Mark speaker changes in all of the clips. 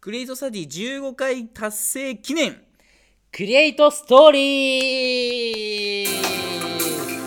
Speaker 1: クリエイトスタディ15回達成記念
Speaker 2: クリエイトストーリー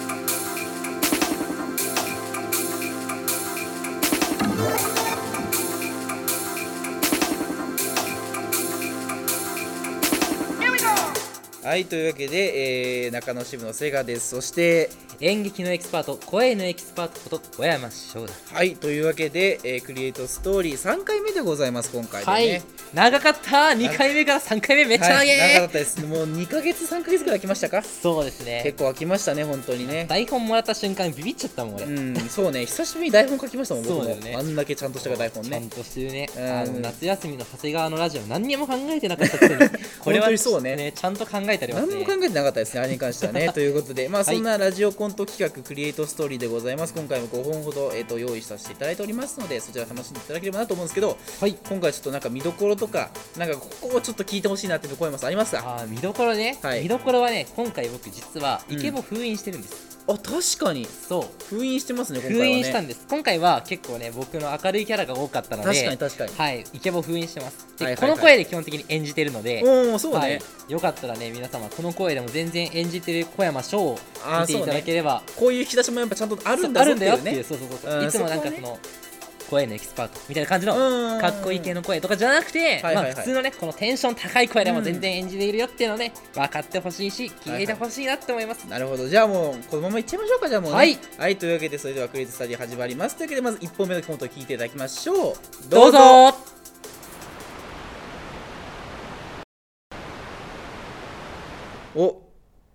Speaker 1: はいというわけで、えー中野支部のセガですそして
Speaker 2: 演劇のエキスパート声のエキスパートこと小山翔だ、
Speaker 1: はいというわけで、えークリエイトストーリー3回目でございます今回で
Speaker 2: は
Speaker 1: ね、
Speaker 2: い長かった2回目から3回目めっちゃ長、
Speaker 1: はいい、長かったですもう2ヶ月3ヶ月ぐらい来ましたか
Speaker 2: そうですね
Speaker 1: 結構空きましたね本当にね
Speaker 2: 台本もらった瞬間ビビっちゃったもん俺、
Speaker 1: うんそうね久しぶりに台本書きましたもん僕も
Speaker 2: そうだよね
Speaker 1: あんだけちゃんとした台本
Speaker 2: ちゃ
Speaker 1: ね
Speaker 2: んとしてるね、
Speaker 1: うん
Speaker 2: あの夏休みの長谷川のラジオ何にも考えてなかった くせにこ
Speaker 1: 本
Speaker 2: れ
Speaker 1: 当
Speaker 2: は
Speaker 1: にそうね
Speaker 2: ちゃんと考えてあります
Speaker 1: 何も
Speaker 2: ね
Speaker 1: 考えてなかったですね、あれに関しては ね。ということで、まあ、
Speaker 2: はい
Speaker 1: そんなラジオコント企画、クリエイトストーリーでございます。今回も5本ほど、えっと用意させていただいておりますので、そちら楽しんでいただければなと思うんですけど、
Speaker 2: はい
Speaker 1: 今回ちょっとなんか見どころとか、なんかここをちょっと聞いてほしいなっていうの小山さんありますかあ
Speaker 2: あー見どころね、
Speaker 1: はい
Speaker 2: 見どころはね今回僕実は
Speaker 1: うん
Speaker 2: イケボ封印してるんです、
Speaker 1: 確かに。
Speaker 2: そう
Speaker 1: 封印してますね、今回
Speaker 2: 封
Speaker 1: は、ね。
Speaker 2: 印したんです今回は結構ね僕の明るいキャラが多かったので
Speaker 1: 確かに確かに。
Speaker 2: はいイケボ封印してますで、
Speaker 1: はいはいはい
Speaker 2: この声で基本的に演じてるので
Speaker 1: おおそうね。
Speaker 2: はい、よかったらね皆様この声でも全然演じてる小山翔を
Speaker 1: あー
Speaker 2: 見ていただければ
Speaker 1: こういう引き出しもやっぱちゃんとあ
Speaker 2: あ
Speaker 1: るんだぞってい
Speaker 2: よ
Speaker 1: う
Speaker 2: っていう
Speaker 1: ね。
Speaker 2: そうそうそう
Speaker 1: うん
Speaker 2: いつもなんか
Speaker 1: そ
Speaker 2: そ
Speaker 1: こ
Speaker 2: の声のエキスパートみたいな感じの
Speaker 1: うん
Speaker 2: かっこいい系の声とかじゃなくて、
Speaker 1: はいはいはい
Speaker 2: まあ、普通のねこのテンション高い声でも全然演じているよっていうのをね分かってほしいし聞いてほしいなって思います、
Speaker 1: なるほど。じゃあもう、このままいっちゃいましょうか、じゃあもうね。
Speaker 2: はい。
Speaker 1: というわけで、それではクリエイトスタディ始まります。というわけで、まず1本目のコントを聞いていただきましょう。
Speaker 2: どうぞ
Speaker 1: お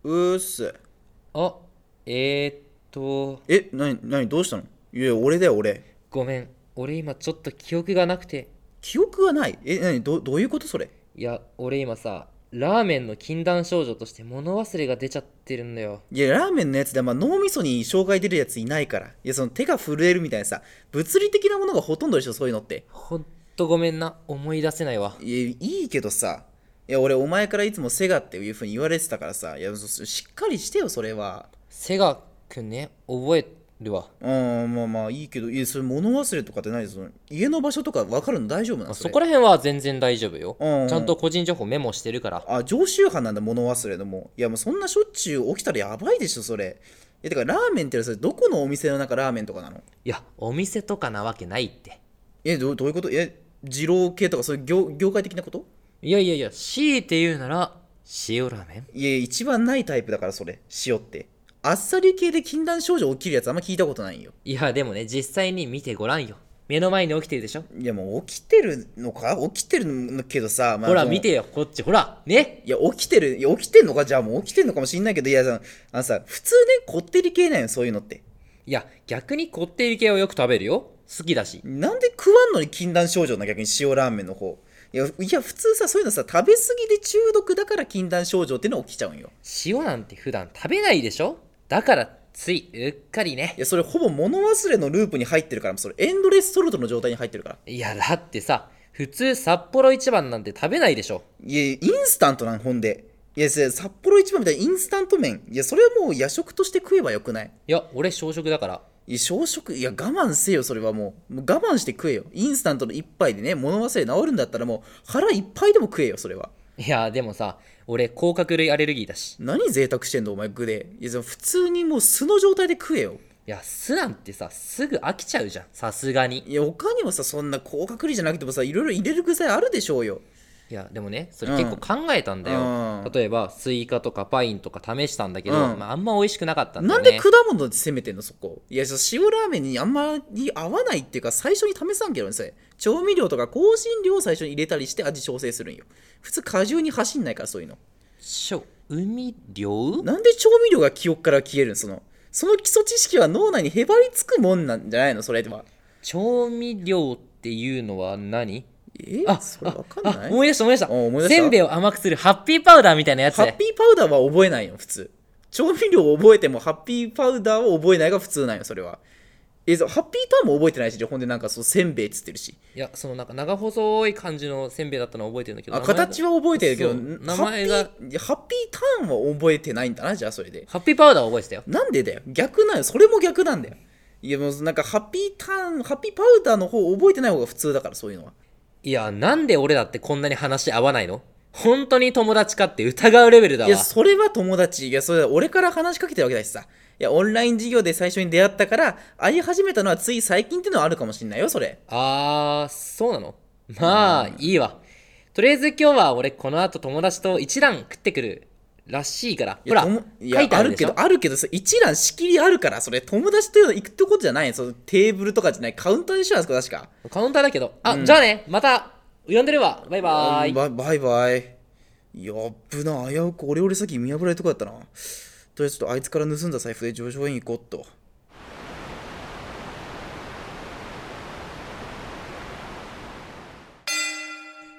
Speaker 1: うっす
Speaker 2: あえー、っと
Speaker 1: えなになにどうしたのいや俺だよ俺
Speaker 2: ごめん俺今ちょっと記憶がなくて
Speaker 1: 記憶がないえなにどどういうことそれ
Speaker 2: いや俺今さラーメンの禁断症状として物忘れが出ちゃってるんだよ
Speaker 1: いやラーメンのやつで、まあ、脳みそに障害出るやついないからいやその手が震えるみたいなさ物理的なものがほとんどでしょそういうのって
Speaker 2: ほんとごめんな思い出せないわ
Speaker 1: いやいいけどさいや俺お前からいつもセガっていうふうに言われてたからさいやそそしっかりしてよそれは
Speaker 2: セガくんね覚えるわ
Speaker 1: うんまあまあいいけどいやそれ物忘れとかってないその家の場所とか分かるの大丈夫なの
Speaker 2: あ
Speaker 1: そ
Speaker 2: そ
Speaker 1: れ
Speaker 2: こら辺は全然大丈夫よ、
Speaker 1: うんうん
Speaker 2: ちゃんと個人情報メモしてるから
Speaker 1: あ常習犯なんだ物忘れのもういやもうそんなしょっちゅう起きたらやばいでしょそれえてかラーメンってそれどこのお店の中ラーメンとかなの
Speaker 2: いやお店とかなわけないって
Speaker 1: えどうどういうことえ二郎系とかそういう業業界的なこと
Speaker 2: いやいやいや強いて言うなら塩ラーメン
Speaker 1: いや一番ないタイプだからそれ塩ってあっさり系で禁断症状起きるやつあんま聞いたことないよ
Speaker 2: いやでもね実際に見てごらんよ目の前に起きてるでしょ、
Speaker 1: いやもう起きてるのか起きてるのけどさ、まあ
Speaker 2: ほら
Speaker 1: でも
Speaker 2: 見てよこっちほらね
Speaker 1: いや起きてるいや起きてんのかじゃあもう起きてんのかもしんないけどいやさあのさ普通ねこってり系なんよそういうのって
Speaker 2: いや逆にこってり系をよく食べるよ好きだし
Speaker 1: なんで食わんのに禁断症状な逆に塩ラーメンの方いやいや普通さそういうのさ食べ過ぎで中毒だから禁断症状っての起きちゃうんよ
Speaker 2: 塩なんて普段食べないでしょだからついうっかりね
Speaker 1: いやそれほぼ物忘れのループに入ってるからそれエンドレスソルトの状態に入ってるから
Speaker 2: いやだってさ普通札幌一番なんて食べないでしょ
Speaker 1: いやインスタントなんほんでいやそれ札幌一番みたいなインスタント麺いやそれはもう夜食として食えばよくない
Speaker 2: いや俺小食だから
Speaker 1: いや小食いや我慢せよそれはもうもう我慢して食えよインスタントの一杯でね物忘れ治るんだったらもう腹いっぱいでも食えよそれはい
Speaker 2: やでもさ俺甲殻類アレルギーだし
Speaker 1: 何贅沢してんのお前具でいやそれ普通にもう素の状態で食えよ
Speaker 2: いや酢なんてさすぐ飽きちゃうじゃんさすがに
Speaker 1: いや他にもさそんな高確率じゃなくてもさいろいろ入れる具材あるでしょうよ
Speaker 2: いやでもねそれ結構考えたんだよ、
Speaker 1: うん
Speaker 2: 例えばスイカとかパインとか試したんだけど、
Speaker 1: うん
Speaker 2: まあ、あんま美味しくなかったんだ
Speaker 1: な
Speaker 2: よ
Speaker 1: ん
Speaker 2: ね
Speaker 1: で果物で攻めてんのそこいやそ塩ラーメンにあんまり合わないっていうか最初に試さんけどねそれ調味料とか香辛料を最初に入れたりして味調整するんよ普通果汁に走んないからそういうの
Speaker 2: しょ海量
Speaker 1: なんで調味料が記憶から消えるんそのその基礎知識は脳内にへばりつくもんなんじゃないのそれでは
Speaker 2: 調味料っていうのは何
Speaker 1: え
Speaker 2: あ
Speaker 1: それわかん
Speaker 2: あ
Speaker 1: ない
Speaker 2: 思い出した思い出した
Speaker 1: お思い出した
Speaker 2: せんべいを甘くするハッピーパウダーみたいなやつ
Speaker 1: ハッピーパウダーは覚えないよ、普通。調味料を覚えても、ハッピーパウダーを覚えないが普通なんよ、それは。え、そうハッピーターンも覚えてないし、ほんでなんかそう、せんべいっつってるし。
Speaker 2: いやそのなんか長細い感じのせんべいだったのは覚えてるんだけど
Speaker 1: あ、
Speaker 2: 名前が
Speaker 1: 形は覚えてるけど、
Speaker 2: そう
Speaker 1: ハ
Speaker 2: 名前が
Speaker 1: ッピーいやハッピーターンは覚えてないんだな、じゃあそれで。
Speaker 2: ハッピーパウダーは覚えてたよ
Speaker 1: なんでだよ。逆なんよ。それも逆なんだよ。いや、もうなんか、ハッピーターン、ハッピーパウダーの方を覚えてない方が普通だから、そういうのは。
Speaker 2: いや、なんで俺だってこんなに話合わないの本当に友達かって疑うレベルだ
Speaker 1: いや
Speaker 2: わ。
Speaker 1: それは友達いやそれは俺から話しかけてるわけだしさいやオンライン授業で最初に出会ったから会い始めたのはつい最近っていうのはあるかもしんないよそれ
Speaker 2: あー、そうなのまあ、いいわ。とりあえず今日は俺この後友達と一覧食ってくるらしいから。
Speaker 1: いや
Speaker 2: ほら、
Speaker 1: ともいや
Speaker 2: 書いてあ
Speaker 1: あ
Speaker 2: る
Speaker 1: る
Speaker 2: で
Speaker 1: け
Speaker 2: しょ
Speaker 1: どあるけどそれ一覧仕切りあるからそれ友達と行くってことじゃないそのテーブルとかじゃないカウンターでしょあそこ確か
Speaker 2: カウンターだけど。あ、じゃあね、また、呼んでるわ。バイバーイ。
Speaker 1: ババイバイやっぶな危うくオレオレ詐欺見破られるとこだったなとりあえずちょっとあいつから盗んだ財布で上場園行こうっと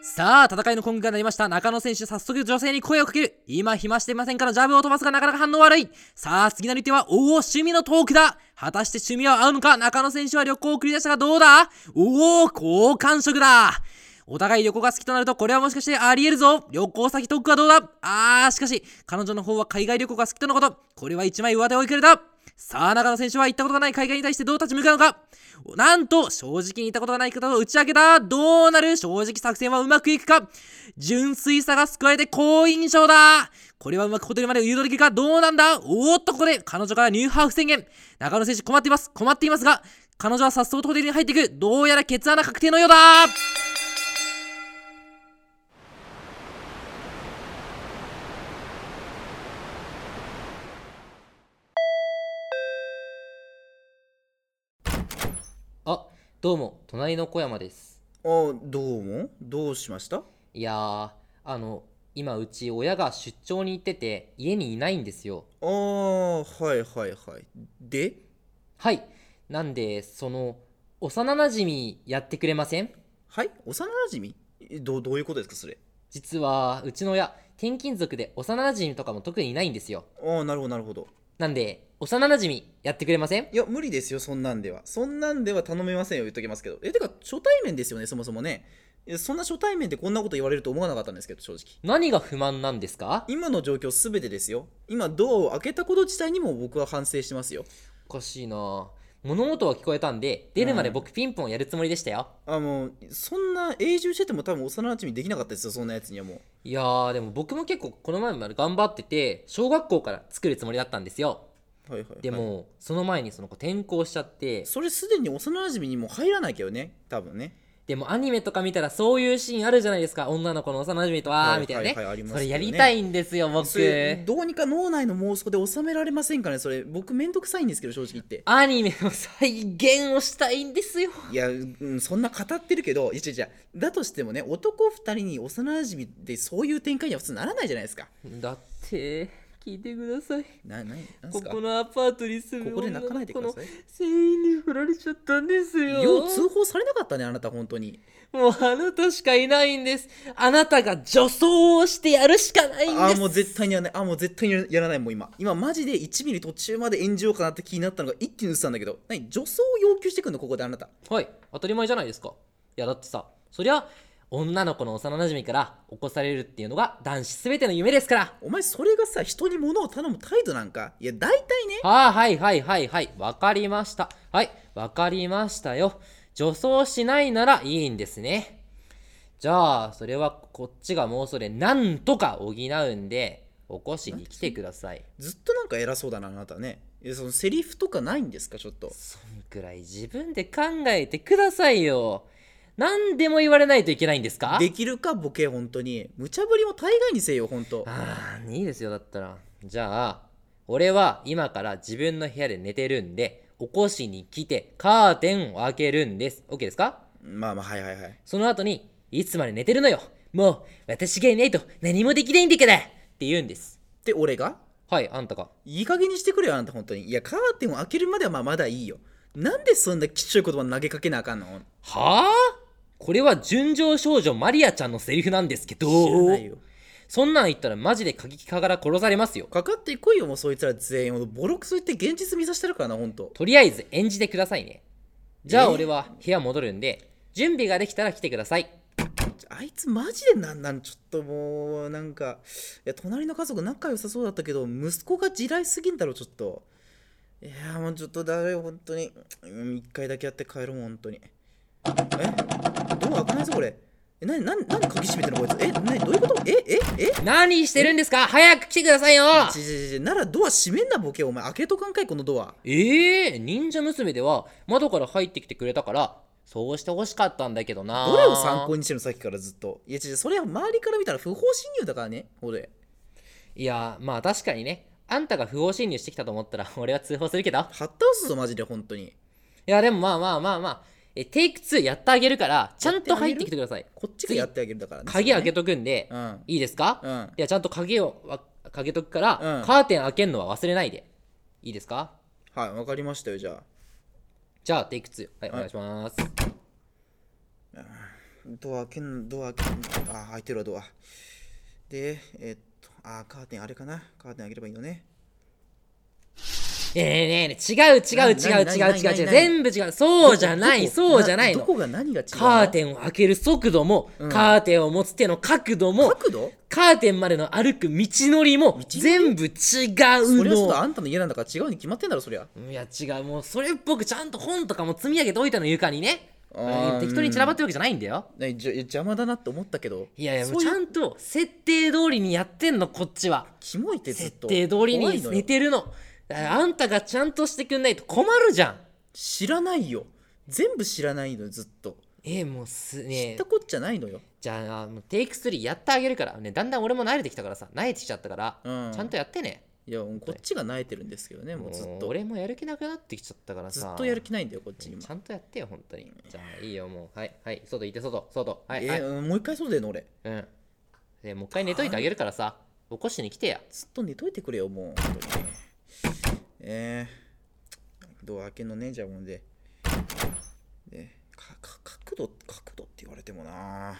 Speaker 2: さあ、戦いの根幹になりました。中野選手、早速女性に声をかける。今、暇していませんから、ジャブを飛ばすが、なかなか反応悪い。さあ、次なる手は、おお、趣味のトークだ。果たして趣味は合うのか中野選手は旅行を繰り出したがどうだおお、好感触だ。お互い旅行が好きとなると、これはもしかしてあり得るぞ。旅行先トークはどうだあー、しかし、彼女の方は海外旅行が好きとのこと。これは一枚上手をいかれた。さあ、中野選手は行ったことがない海外に対してどう立ち向かうのかなんと、正直に言ったことがない方を打ち明けたどうなる正直作戦はうまくいくか純粋さが救われて好印象だこれはうまくホテルまで誘導できるかどうなんだおーっと、ここで彼女からニューハーフ宣言中野選手困っています困っていますが、彼女は颯爽とホテルに入っていくどうやらケツ穴確定のようだあ、どうも、隣の小山です。
Speaker 1: あどうもどうしました
Speaker 2: いやー、あの、今うち親が出張に行ってて、家にいないんですよ。
Speaker 1: あーはいはいはいで
Speaker 2: はい。なんで、その、幼馴染みやってくれません
Speaker 1: はい幼馴染みえどうどういうことですかそれ
Speaker 2: 実は、うちの親、転勤族で幼馴染みとかも特にいないんですよ。
Speaker 1: あーなるほどなるほど
Speaker 2: なんで、幼馴染みやってくれません
Speaker 1: いや無理ですよそんなんではそんなんでは頼めませんよ言っときますけどえてか初対面ですよねそもそもねいやそんな初対面でこんなこと言われると思わなかったんですけど正直
Speaker 2: 何が不満なんですか
Speaker 1: 今の状況すべてですよ今ドアを開けたこと自体にも僕は反省してますよ
Speaker 2: おかしいなぁ物音は聞こえたんで、出るまで僕ピンポンやるつもりでしたよ。
Speaker 1: あもうそんな永住してても多分幼馴染できなかったですよそんなやつにはもう
Speaker 2: いやー、でも僕も結構この前まで頑張ってて、小学校から作るつもりだったんですよ。
Speaker 1: はいはい、はい、
Speaker 2: でも、その前にその子転校しちゃって
Speaker 1: それすでに幼馴染にもう入らないけどね多分ね
Speaker 2: でもアニメとか見たらそういうシーンあるじゃないですか女の子の幼馴染と
Speaker 1: は
Speaker 2: あ
Speaker 1: い
Speaker 2: ーみたいなね,、
Speaker 1: はいはいあります
Speaker 2: そ
Speaker 1: よね
Speaker 2: れやりたいんですよ僕
Speaker 1: それどうにか脳内の妄想で収められませんかねそれ僕めんどくさいんですけど正直言って
Speaker 2: アニメの再現をしたいんですよ
Speaker 1: いや、うん、そんな語ってるけどいや違う違うだとしてもね男2人に幼馴染でそういう展開には普通ならないじゃないですか
Speaker 2: だって聞いてください
Speaker 1: なななんす
Speaker 2: こ
Speaker 1: か
Speaker 2: このアパートに住む
Speaker 1: ここで泣かないでください
Speaker 2: 女の子の船員に振られちゃったんですよ
Speaker 1: よう通報されなかったねあなた本当に
Speaker 2: もうあなたしかいないんですあなたが女装をしてやるしかないんです
Speaker 1: ああもう絶対にやらないあーもう絶対にやらないもう今今マジで1ミリ途中まで演じようかなって気になったのが一気に映ったんだけど何女装を要求してくんのここであなた
Speaker 2: はい当たり前じゃないですかいやだってさそりゃ女の子の幼馴染から起こされるっていうのが男子すべての夢ですから
Speaker 1: お前それがさ人に物を頼む態度なんかいや大体ね
Speaker 2: はあはいはいはいはいわかりましたはいわかりましたよ女装しないならいいんですねじゃあそれはこっちが妄想でなんとか補うんで起こしに来てください
Speaker 1: ずっとなんか偉そうだなあなたねいやそのセリフとかないんですかちょっと
Speaker 2: そんくらい自分で考えてくださいよ何でも言われないといけないんですか
Speaker 1: できるかボケ本当に無茶ぶりも大概にせよ本当
Speaker 2: ああいいですよだったらじゃあ俺は今から自分の部屋で寝てるんで起こしに来てカーテンを開けるんです OK ですか
Speaker 1: まあまあはいはいはい
Speaker 2: その後にいつまで寝てるのよもう私がいないと何もできないんだからって言うんです
Speaker 1: で俺が
Speaker 2: はいあんたか
Speaker 1: いい加減にしてくれよあなた本当にいやカーテンを開けるまではまあまだいいよなんでそんなきつい言葉投げかけなあかんの
Speaker 2: はあこれは純情少女マリアちゃんのセリフなんですけど
Speaker 1: 知らないよ
Speaker 2: そんなん言ったらマジで過激化から殺されますよ
Speaker 1: かかってこいよもうそいつら全員をボロクソ言って現実見させてるからなほんと
Speaker 2: とりあえず演じてくださいねじゃ
Speaker 1: え
Speaker 2: あ俺は部屋戻るんで準備ができたら来てください
Speaker 1: あいつマジでなんなんちょっともうなんかいや隣の家族仲良さそうだったけど息子が地雷すぎんだろちょっといやもうちょっとだよ本当にうん一回だけやって帰ろう本当にえドア開かないぞこれえ、なに、なに、なに鍵閉めてるのこいつ。え、なに、どういうことえ、え、え
Speaker 2: 何してるんですか早く来てくださいよ
Speaker 1: ちちちちならドア閉めんなボケお前開けとかんかいこのドア
Speaker 2: ええ忍者娘では窓から入ってきてくれたから、そうして欲しかったんだけどな。
Speaker 1: どれを参考にしてるのさっきからずっといやちちそれは周りから見たら不法侵入だからね俺
Speaker 2: いや、まあ確かにね。あんたが不法侵入してきたと思ったら、俺は通報するけど。い
Speaker 1: はっ倒すぞマジで本当に
Speaker 2: や、でもまあまあまあまあ。え、テイク2やってあげるから、ちゃんと入ってきてください。
Speaker 1: こっちがやってあげるだからね
Speaker 2: 鍵開け
Speaker 1: て
Speaker 2: とくんで、
Speaker 1: うん
Speaker 2: いいですか、
Speaker 1: う
Speaker 2: い
Speaker 1: ん
Speaker 2: や、ちゃんと鍵をわかけとくから、
Speaker 1: うん
Speaker 2: カーテン開けるのは忘れないで。いいですか
Speaker 1: はいわかりましたよじゃあ
Speaker 2: じゃあ、テイク2。はい、お
Speaker 1: はい
Speaker 2: 願いします。
Speaker 1: ドア開けんドア開けんあ開いてるわドアでえっとあカーテンあれかなカーテン開ければいいのね
Speaker 2: ええねえねえ、違う違う違う
Speaker 1: な
Speaker 2: 違う
Speaker 1: な
Speaker 2: 違う違う。
Speaker 1: な
Speaker 2: 全部違う。そうじゃな
Speaker 1: ど
Speaker 2: い、
Speaker 1: こ
Speaker 2: そうじゃない
Speaker 1: ど
Speaker 2: の
Speaker 1: こ。が何が違うの
Speaker 2: カーテンを開ける速度も、
Speaker 1: うん
Speaker 2: カーテンを持つ手の角度も、
Speaker 1: 角度
Speaker 2: カーテンまでの歩く道のりも、
Speaker 1: り
Speaker 2: 全部違う
Speaker 1: それはちょっと
Speaker 2: の。
Speaker 1: あんたの家なんだから違うに決まってんだろそりゃ
Speaker 2: いや違う、もうそれっぽくちゃんと本とかも積み上げておいたの床にね。
Speaker 1: あー
Speaker 2: 適当に散らばってるわけじゃないんだよ。
Speaker 1: ねじゃ邪魔だなって思ったけど
Speaker 2: いやいや、も
Speaker 1: そうう
Speaker 2: ち
Speaker 1: い
Speaker 2: ゃ
Speaker 1: うん
Speaker 2: と設定通りにやってんの、こっちは。
Speaker 1: キモいってずっ
Speaker 2: 設
Speaker 1: と
Speaker 2: 定通り
Speaker 1: 怖い
Speaker 2: に
Speaker 1: のよ
Speaker 2: 寝てるの。だからあんたがちゃんとしてくんないと困るじゃん。
Speaker 1: 知らないよ全部知らないのよずっと
Speaker 2: えーもうす
Speaker 1: 知
Speaker 2: ね
Speaker 1: ったこっちゃないのよ
Speaker 2: じゃあもうテイク3やってあげるから、ね、だんだん俺も慣れてきたからさ慣れてきちゃったから、
Speaker 1: うん
Speaker 2: ちゃんとやってね
Speaker 1: いやもうこっちが慣れてるんですけどねもうずっ
Speaker 2: もう
Speaker 1: と
Speaker 2: 俺もやる気なくなってきちゃったからさ
Speaker 1: ずっとやる気ないんだよこっち今
Speaker 2: ちゃんとやってよ本当にじゃあいいよもうはいはい外行って外外はい、
Speaker 1: え
Speaker 2: はい
Speaker 1: ーもう一回そうだよの俺
Speaker 2: うんでもう一回寝といてあげるからさ起こしに来てや
Speaker 1: ずっと寝といてくれよもう本当にえー、ドア開けんのねじゃあもんででかか角度角度って言われてもな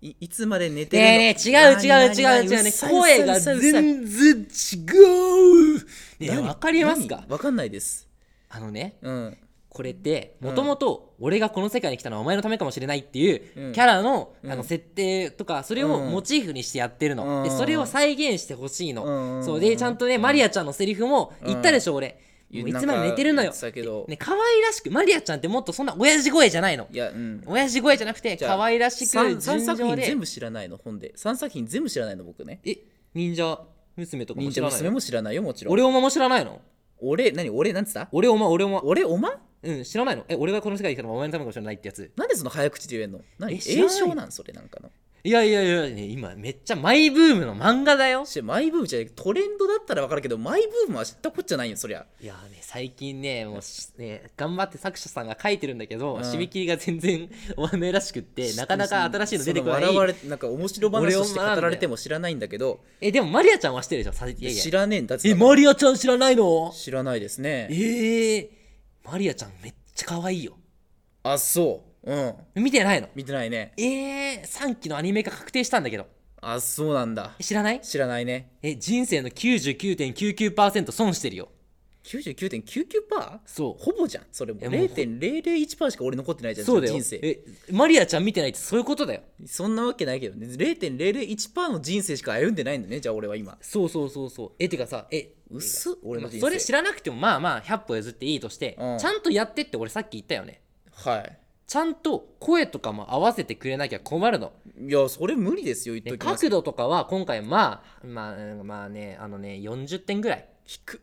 Speaker 1: でいいつまで寝て
Speaker 2: ね
Speaker 1: るの
Speaker 2: えねえ違う違う
Speaker 1: なに
Speaker 2: 違う
Speaker 1: なに
Speaker 2: 違うね
Speaker 1: さいうる
Speaker 2: 声が
Speaker 1: さいうるさい
Speaker 2: 全然違うねえ
Speaker 1: 何
Speaker 2: わかりますか
Speaker 1: 何わかんないです。
Speaker 2: あのね
Speaker 1: うん。
Speaker 2: これって
Speaker 1: うん
Speaker 2: もともと俺がこの世界に来たのはお前のためかもしれないっていう
Speaker 1: うん
Speaker 2: キャラの,、
Speaker 1: うん
Speaker 2: あの設定とかそれを
Speaker 1: うん
Speaker 2: モチーフにしてやってるの、
Speaker 1: うん
Speaker 2: でそれを再現してほしいの、
Speaker 1: うん
Speaker 2: そうでちゃんとね、マリアちゃんのセリフも言ったでしょ、俺
Speaker 1: いや
Speaker 2: もういつまで寝てるのよ
Speaker 1: なんか言ってたけど
Speaker 2: ね可愛らしくマリアちゃんってもっとそんな親父声じゃないの
Speaker 1: いや、うん。
Speaker 2: 親父声じゃなくて
Speaker 1: じゃあ
Speaker 2: 可愛らしく
Speaker 1: 三三
Speaker 2: 純
Speaker 1: 作
Speaker 2: 情
Speaker 1: 品
Speaker 2: で
Speaker 1: 全部知らないの、本で。三作品全部知らないの、僕ね。
Speaker 2: え忍者娘とかも
Speaker 1: 忍
Speaker 2: 知
Speaker 1: 者
Speaker 2: らない
Speaker 1: 娘
Speaker 2: の
Speaker 1: も知らないよ、もちろん。
Speaker 2: 俺おまも知らないの
Speaker 1: 俺、何俺、なんつった
Speaker 2: 俺おま俺おま
Speaker 1: 俺、おま
Speaker 2: うん知らないのえ俺がこの世界に来たのはお前のためかもしれないってやつ
Speaker 1: なんでその早口で言えんの何
Speaker 2: え知ら
Speaker 1: 英
Speaker 2: ない
Speaker 1: 称なんそれなんかの。
Speaker 2: いやいやいや、ね、今めっちゃマイブームの漫画だよ。
Speaker 1: してマイブームじゃなくてトレンドだったらわかるけど、マイブームは知ったこっちゃないよ、そりゃ。
Speaker 2: いやね、最近ね、もうしね、頑張って作者さんが書いてるんだけど、
Speaker 1: うん
Speaker 2: 締め切りが全然 終わんないらしくって、なかなか新しいの出てこな
Speaker 1: その笑わ
Speaker 2: い。
Speaker 1: れなんか面白話として語られても知らないんだけど、
Speaker 2: え、でもマリアちゃんはしてるでしょ、さいやいや
Speaker 1: 知らねえんだって
Speaker 2: え、マリアちゃん知らないの
Speaker 1: 知らないですね。
Speaker 2: ええマリアちゃんめっちゃ可愛いよ。
Speaker 1: あ、そう。うん。
Speaker 2: 見てないの
Speaker 1: 見てないね。
Speaker 2: ええ3期のアニメ化確定したんだけど。
Speaker 1: あ、そうなんだ。
Speaker 2: 知らない
Speaker 1: 知らないね。
Speaker 2: え、人生の99.99%損してるよ。
Speaker 1: 99.99%?
Speaker 2: そう。
Speaker 1: ほぼじゃんそれも
Speaker 2: えもう
Speaker 1: 0.001%しか俺残ってないじゃん
Speaker 2: そうだよ
Speaker 1: 人生
Speaker 2: えマリアちゃん見てないってそういうことだよ
Speaker 1: そんなわけないけどね0.001%の人生しか歩んでないんだねじゃあ俺は今
Speaker 2: そうそうそうそうえてかさえ
Speaker 1: 薄っ俺
Speaker 2: ま
Speaker 1: の
Speaker 2: あ
Speaker 1: 人生
Speaker 2: それ知らなくてもまあまあ100歩譲っていいとして、
Speaker 1: うん
Speaker 2: ちゃんとやってって俺さっき言ったよね
Speaker 1: はい
Speaker 2: ちゃんと声とかも合わせてくれなきゃ困るの、
Speaker 1: いやそれ無理ですよ言っ
Speaker 2: ね、
Speaker 1: ときます
Speaker 2: 角度とかは今回まあまあうんまあねあのね40点ぐらい
Speaker 1: 引く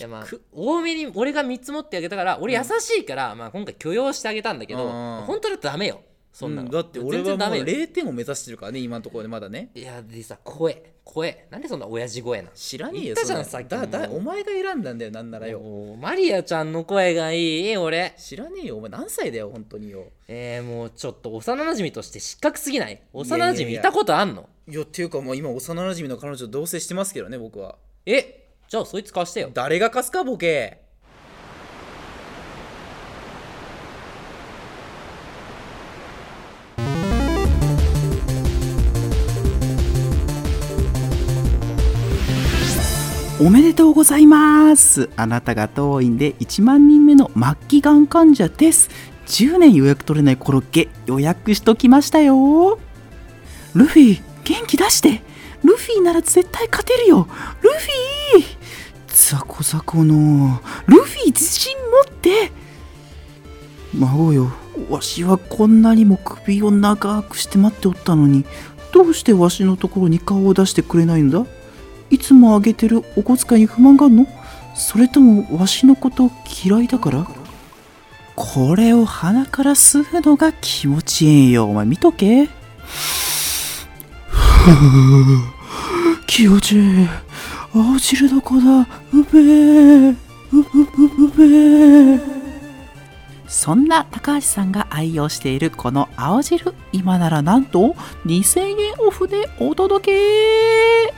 Speaker 2: いやまあ
Speaker 1: 低っ
Speaker 2: 多めに俺が3つ持ってあげたから俺優しいから、まあ今回許容してあげたんだけど、
Speaker 1: うん
Speaker 2: 本当だとダメよそんなの、
Speaker 1: うんだって俺は
Speaker 2: 全然
Speaker 1: も
Speaker 2: ダ
Speaker 1: う
Speaker 2: メよ
Speaker 1: 0点を目指してるからね今のところでまだね
Speaker 2: いやでさ声声なんでそんな親父声なの
Speaker 1: 知らねえ
Speaker 2: 言
Speaker 1: よ
Speaker 2: ったじゃん
Speaker 1: そなの
Speaker 2: さっきも
Speaker 1: だだお前が選んだんだよなんならよ
Speaker 2: もうマリアちゃんの声がいい俺
Speaker 1: 知らねえよお前何歳だよ本当によ
Speaker 2: えー、もうちょっと幼馴染として失格すぎない幼馴
Speaker 1: いやいや
Speaker 2: 染
Speaker 1: い
Speaker 2: い
Speaker 1: や
Speaker 2: たことあんの
Speaker 1: いやっていうかもう今幼なじみの彼女と同棲してますけどね僕は
Speaker 2: えじゃあそいつ貸してよ
Speaker 1: 誰が貸すかボケ
Speaker 3: おめでとうございますあなたが当院で1万人目の末期がん患者です10年予約取れないコロッケ予約しときましたよルフィ元気出してルフィなら絶対勝てるよルフィザコザコのルフィ自信持って孫よわしはこんなにも首を長くして待っておったのにどうしてわしのところに顔を出してくれないんだいつもあげてるお小遣いに不満があるのそれともわしのこと嫌いだからこれを鼻から吸うのが気持ちええんよお前見とけふぅ気持ちいい青汁の粉うめえううううめえそんな高橋さんが愛用しているこの青汁今ならなんと2000円オフでお届け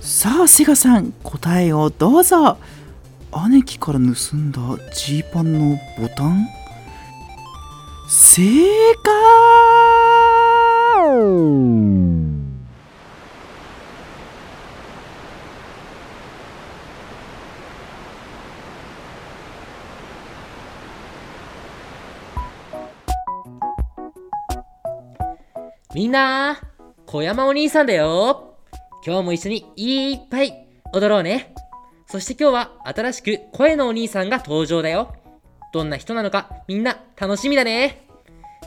Speaker 3: さあセガさん答えをどうぞ姉貴から盗んだジーパンのボタン正解
Speaker 2: みんな、小山お兄さんだよ。今日も一緒にいっぱい踊ろうね。そして今日は新しく声のお兄さんが登場だよ。どんな人なのかみんな楽しみだね。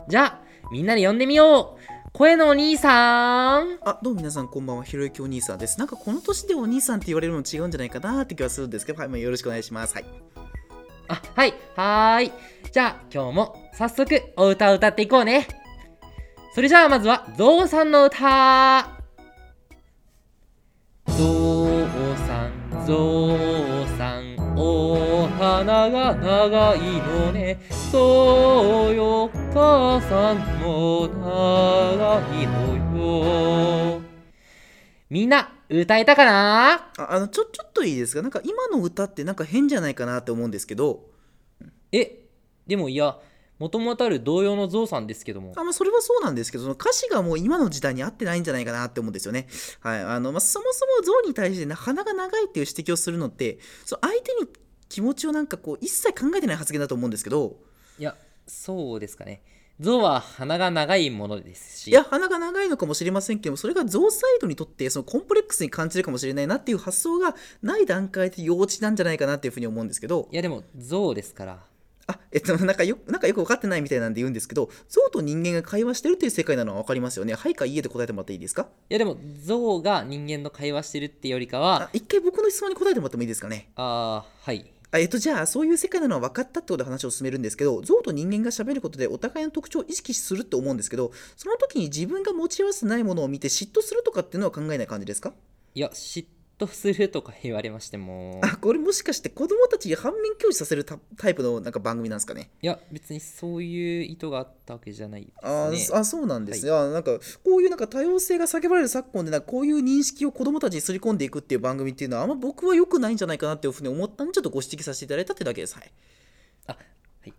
Speaker 2: じゃあ、みんなで呼んでみよう。声のお兄さん。
Speaker 1: あどうも皆さんこんばんはひろゆきお兄さんですなんかこの年でお兄さんって言われるの違うんじゃないかなって気はするんですけどはい、まあ、よろしくお願いしますはい
Speaker 2: あ、はい、はーい。じゃあ、今日も早速お歌を歌っていこうね。それじゃあ、まずはゾウさんの歌。ゾウさん、ゾウさん、お花が長いのね。そうよ、母さんも長いのよ。みんな、歌えたかな
Speaker 1: ああのちょちょっといいですかなんか今の歌ってなんか変じゃないかなって思うんですけど
Speaker 2: えでもいやもともとある同様のゾウさんですけども
Speaker 1: あまあ、それはそうなんですけど、その歌詞がもう今の時代に合ってないんじゃないかなって思うんですよね。はい。あの、まあ、そもそもゾウに対してな鼻が長いっていう指摘をするのって、その相手に気持ちをなんかこう、一切考えてない発言だと思うんですけど、
Speaker 2: いやそうですかねゾウは鼻が長いものですし
Speaker 1: いや、鼻が長いのかもしれませんけども、それがゾウサイドにとって、そのコンプレックスに感じるかもしれないなっていう発想がない段階で幼稚なんじゃないかなっていうふうに思うんですけど、
Speaker 2: いやでもゾウですから
Speaker 1: あ、えっと、なんかよなんかよく分かってないみたいなんで言うんですけど、ゾウと人間が会話してるっていう世界なのは分かりますよね。はいかいいえで答えてもらっていいですか
Speaker 2: いやでもゾウが人間の会話してるってよりか
Speaker 1: あ
Speaker 2: は
Speaker 1: 一回僕の質問に答えてもらってもいいですかね
Speaker 2: ああーはい
Speaker 1: あえっとじゃあそういう世界なのは分かったってことで話を進めるんですけど象と人間が喋ることでお互いの特徴を意識するって思うんですけどその時に自分が持ち合わせてないものを見て嫉妬するとかっていうのは考えない感じですか
Speaker 2: いや嫉妬するとか言われましても
Speaker 1: あこれもしかして子供たちに反面教師させるタタイプのなんか番組なんですかね
Speaker 2: いや別にそういう意図があったわけじゃないです
Speaker 1: あ
Speaker 2: ね
Speaker 1: ーあそうなんですね、あなんかこういうなんか多様性が叫ばれる昨今でなんかこういう認識を子どもたちにすり込んでいくっていう番組っていうのはあんま僕は良くないんじゃないかなっていうふうに思ったんでちょっとご指摘させていただいたってだけですはい
Speaker 2: はい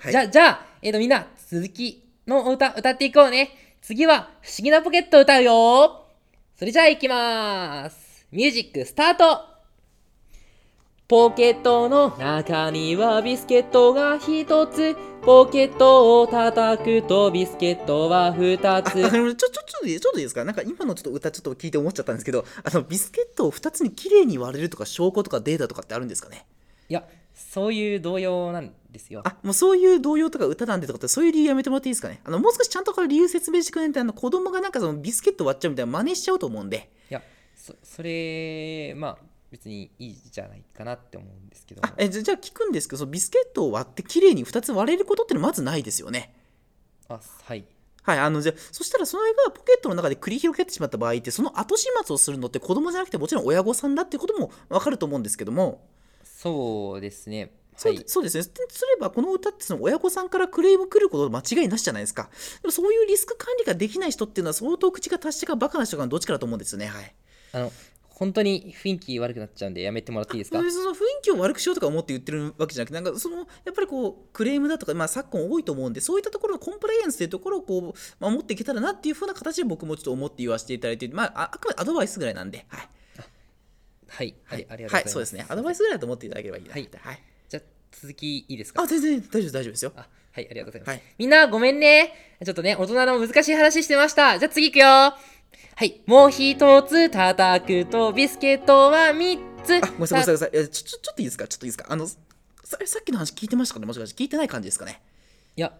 Speaker 1: はい
Speaker 2: じゃあ、じゃあ、えっ、と、みんな、続きのお歌、歌っていこうね。次は、不思議なポケットを歌うよ。それじゃあ、いきまーす。ミュージック、スタートポケットの中にはビスケットが一つ。ポケットを叩くとビスケットは二
Speaker 1: あ あ
Speaker 2: つ。
Speaker 1: のちょちょちょっといいちょっといいですかなんか今のちょっと歌ちょっと聞いて思っちゃったんですけどあのビスケットを2つに綺麗に割れるとか証拠とかデータとかってあるんですかね
Speaker 2: いや、そういう動揺なんですよ。
Speaker 1: あもうそういう動揺とか歌なんでとかってそういう理由やめてもらっていいですかねあのもう少しちゃんとこれ理由説明してくれんってあの子供がなんかそのビスケット割っちゃうみたいな真似しちゃうと思うんで
Speaker 2: いや、そ、それ、まあ、別にいいじゃないかなって思うんですけども
Speaker 1: あえじゃじゃあ聞くんですけどそのビスケットを割って綺麗に2つ割れることってのはまずないですよね
Speaker 2: あ、はい。
Speaker 1: はい、あのじゃあそしたらその絵がポケットの中で繰り広げてしまった場合ってその後始末をするのって子供じゃなくてもちろん親御さんだっていうことも分かると思うんですけども
Speaker 2: そうですね。
Speaker 1: そ
Speaker 2: は
Speaker 1: う,、
Speaker 2: い。
Speaker 1: そうですね。すれば、この歌ってその親御さんからクレーム来ること間違いなしじゃないですか。でもそういうリスク管理ができない人っていうのは相当口が達者かバカな人かのどっちかだと思うんですよね。はい。
Speaker 2: あの、本当に雰囲気悪くなっちゃうんでやめてもらっていいですか
Speaker 1: 別にその雰囲気を悪くしようとか思って言ってるわけじゃなくて、なんかそのやっぱりこうクレームだとか、まあ、昨今多いと思うんで、そういったところのコンプライアンスというところをこう守っていけたらなっていうふうな形で僕もちょっと思って言わせていただいて、まあ、ああくまでアドバイスぐらいなんで、はい。
Speaker 2: はい、はい、ありがとうございます。
Speaker 1: はい、そうですね。アドバイスぐらいだと思っていただければいいな。
Speaker 2: はい
Speaker 1: はい。
Speaker 2: じゃあ、続きいいですか
Speaker 1: あ、全然大丈夫、大丈夫です よ。
Speaker 2: あはい、ありがとうございます。
Speaker 1: はい
Speaker 2: みんな、ごめんね。ちょっとね、大人の難しい話してました。じゃあ次行くよ。はい、もう一つ叩くとビスケットは三つ。
Speaker 1: あ、ごめんなさい、ごめんなさいごめんなさい。いやちょ、ちょ、ちょっといいですか、ちょっといいですか。あの、ささっきの話聞いてましたかねもしかして聞いてない感じですかね
Speaker 2: いや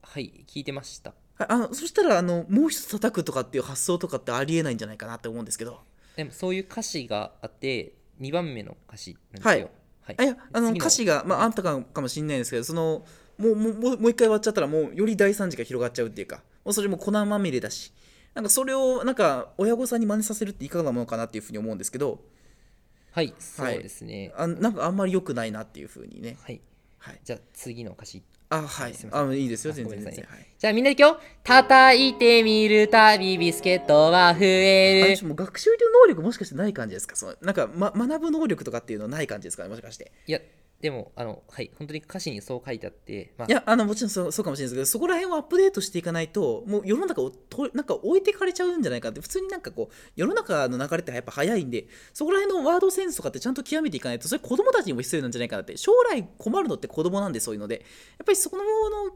Speaker 2: はい聞いてました
Speaker 1: ああのそしたらあのもう一つ叩くとかっていう発想とかってありえないんじゃないかなって思うんですけど
Speaker 2: でもそういう歌詞があって2番目の歌詞なんで
Speaker 1: は
Speaker 2: す
Speaker 1: い
Speaker 2: よはい
Speaker 1: あいやあの
Speaker 2: 次
Speaker 1: 歌詞が、まあ、あんたかかもしれないですけどそのもうもうもうもう一回割っちゃったらもうより大惨事が広がっちゃうっていうかもうそれも粉まみれだしなんかそれをなんか親御さんに真似させるっていかがなものかなっていうふうに思うんですけど
Speaker 2: はいそうですね
Speaker 1: あなんかあんまり良くないなっていうふうにね
Speaker 2: はい
Speaker 1: はい
Speaker 2: じゃあ次の歌詞
Speaker 1: あはい
Speaker 2: すいませ
Speaker 1: あいいですよ
Speaker 2: あ
Speaker 1: 全然
Speaker 2: ごめん
Speaker 1: 全
Speaker 2: なさ
Speaker 1: 然
Speaker 2: い
Speaker 1: は
Speaker 2: ね
Speaker 1: い
Speaker 2: じゃあみんなでいくよ叩いてみるたびビスケットは増
Speaker 1: あ
Speaker 2: え
Speaker 1: れ
Speaker 2: る
Speaker 1: もう学習という能力もしかしてない感じですかそのなんか、ま、学ぶ能力とかっていうのはない感じですかねもしかして
Speaker 2: いやでもあのはい本当に歌詞にそう書いてあってまあ
Speaker 1: いやあのもちろんそうそうかもしれないですけどそこら辺をアップデートしていかないともう世の中をとなんか置いてかれちゃうんじゃないかって普通になんかこう世の中の流れってやっぱ早いんでそこら辺のワードセンスとかってちゃんと極めていかないとそれ子供たちにも必要なんじゃないかなって将来困るのって子供なんでそういうのでやっぱりそこの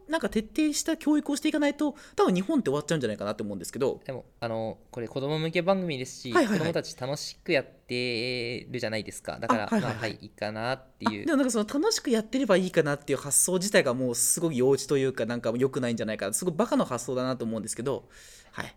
Speaker 1: なんか徹底した教育をしていかないと多分日本って終わっちゃうんじゃないかなって思うんですけど
Speaker 2: でもあのこれ子供向け番組ですし、
Speaker 1: はいはいはい
Speaker 2: 子供たち楽しくやってるじゃないですかだから
Speaker 1: あはいはいはい
Speaker 2: まあはいいいかなってい
Speaker 1: あ
Speaker 2: う
Speaker 1: でもなんかその楽しくやってればいいかなっていう発想自体がもうすごい幼稚というかなんか良くないんじゃないかなすごいバカの発想だなと思うんですけどはい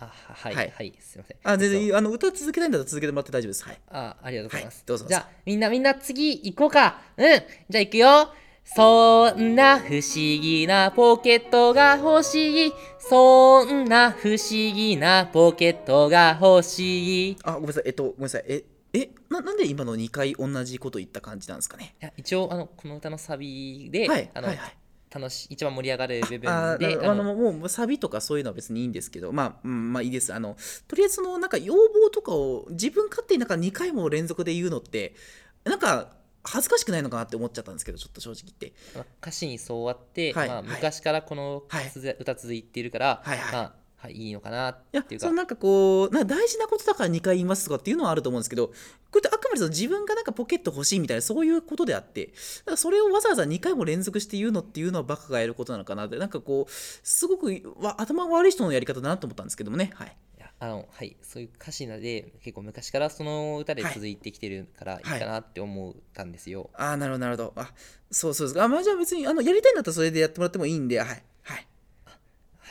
Speaker 2: あははい
Speaker 1: は
Speaker 2: はいい、すいません
Speaker 1: あ全然い
Speaker 2: そう
Speaker 1: いあの歌続けたいんだったら続けてもらって大丈夫ですはい
Speaker 2: あありがとうございます、
Speaker 1: はいどうぞ
Speaker 2: じゃあみんなみんな次行こうかうんじゃあ行くよそんな不思議なポケットが欲しいそんな不思議なポケットが欲しいい
Speaker 1: あごめんなさいえっとごめんなさいええななんで今の2回同じこと言った感じなんですかね
Speaker 2: や一応あのこの歌のサビで、
Speaker 1: はい
Speaker 2: あの
Speaker 1: はいはい
Speaker 2: 楽しい一番盛り上がる部分で
Speaker 1: あーな
Speaker 2: あ
Speaker 1: あの
Speaker 2: の
Speaker 1: もうもうサビとかそういうのは別にいいんですけどまあ、うん、まあいいですあのとりあえずそのなんか要望とかを自分勝手になんか2回も連続で言うのってなんか恥ずかしくないのかなって思っちゃったんですけどちょっと正直言って
Speaker 2: まあ歌詞にそうあって、
Speaker 1: はい
Speaker 2: ま
Speaker 1: は
Speaker 2: あ、
Speaker 1: い
Speaker 2: 昔からこの歌,、歌続いてるから、
Speaker 1: はいはい
Speaker 2: まあはい、いいのかなっ
Speaker 1: いや
Speaker 2: ていう
Speaker 1: そ
Speaker 2: か
Speaker 1: のなんかこうな大事なことだから2回言いますとかっていうのはあると思うんですけどこれってあくまでその自分がなんかポケット欲しいみたいなそういうことであってだからそれをわざわざ2回も連続して言うのっていうのはバカがやることなのかなってなんかこうすごくわ頭悪い人のやり方だなと思ったんですけどもねはい
Speaker 2: いやあのはいそういう歌詞なので結構昔からその歌で続いてきてるからいい
Speaker 1: はい
Speaker 2: かなって思ったんですよ、
Speaker 1: ああなるほどなるほどあそうそうですかあまあじゃあ別にあのやりたいんだったらそれでやってもらってもいいんではいはい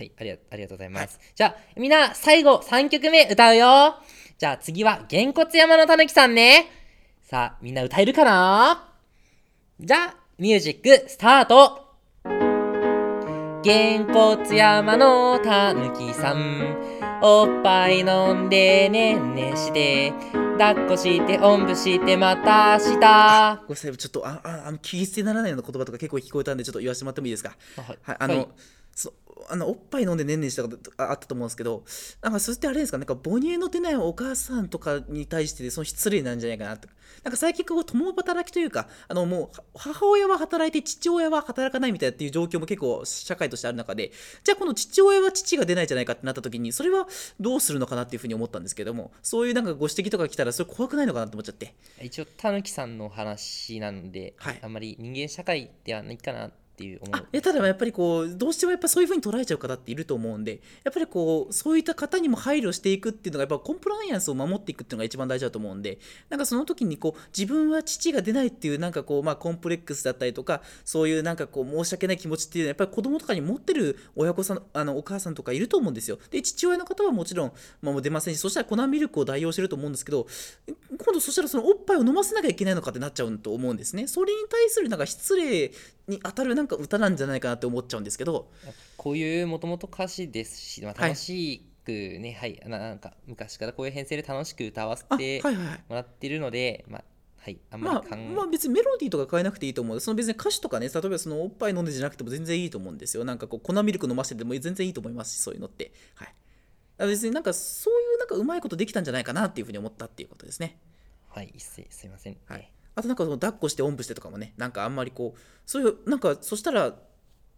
Speaker 2: はい、ありがありがとうございます。じゃあ、みんな、最後、3曲目歌うよ。じゃあ、次は、げんこつ山のたぬきさんね。さあ、みんな歌えるかなじゃあ、ミュージック、スタートげんこつ山のたぬきさん。おっぱい飲んで、ねんねして。抱っこして、おんぶして、また明日。
Speaker 1: ごめんなさいちょっとあああの聞き捨てならないような言葉とか結構聞こえたんでちょっと言わせてもらってもいいですか
Speaker 2: はい
Speaker 1: はい、あの、そあのおっぱい飲んでねんねんしたことああったと思うんですけど、なんかそれってあれですか、なんか母乳の出ないお母さんとかに対してその失礼なんじゃないかなとか、なんか最近こう共働きというか、あのもうは母親は働いて父親は働かないみたいなっていう状況も結構社会としてある中で、じゃあこの父親は父が出ないじゃないかってなった時に、それはどうするのかなっていうふうに思ったんですけども、そういうなんかご指摘とか来たらそれ怖くないのかなって思っちゃって。
Speaker 2: 一応たぬきさんの話なので、
Speaker 1: はい
Speaker 2: あんまり人間社会ではないかなっていう思
Speaker 1: あ
Speaker 2: う
Speaker 1: いやただやっぱりこうどうしてもやっぱそういうふうに捉えちゃう方っていると思うんでやっぱりこうそういった方にも配慮していくっていうのがやっぱコンプライアンスを守っていくっていうのが一番大事だと思うんでなんかその時にこう自分は父が出ないっていうなんかこうまあコンプレックスだったりとかそういうなんかこう申し訳ない気持ちっていうのはやっぱり子供とかに持ってる親御さんあのお母さんとかいると思うんですよで父親の方はもちろん、まあ、もう出ませんしそしたら粉ミルクを代用してると思うんですけど今度そしたらそのおっぱいを飲ませなきゃいけないのかってなっちゃうと思うんですねそれに対するなんか失礼に当たるなんか歌なんじゃないかなって思っちゃうんですけど
Speaker 2: こういうもともと歌詞ですし、まあ、
Speaker 1: はい
Speaker 2: 楽しくねはい、ななんか昔からこういう編成で楽しく歌わせ
Speaker 1: あ
Speaker 2: て
Speaker 1: はいはいはい
Speaker 2: もらってるのでまあはいあんまり
Speaker 1: ま
Speaker 2: 考
Speaker 1: あ、
Speaker 2: え、
Speaker 1: まあ別にメロディーとか変えなくていいと思うその別に歌詞とかね例えばそのおっぱい飲んでじゃなくても全然いいと思うんですよなんかこう粉ミルク飲ませてでも全然いいと思いますしそういうのってはいあ別になんかそういうなんかうまいことできたんじゃないかなっていうふうに思ったっていうことですね
Speaker 2: はい一斉すいません、
Speaker 1: はいあとなんかその抱っこしておんぶしてとかもねなんかあんまりこうそういうなんかそしたら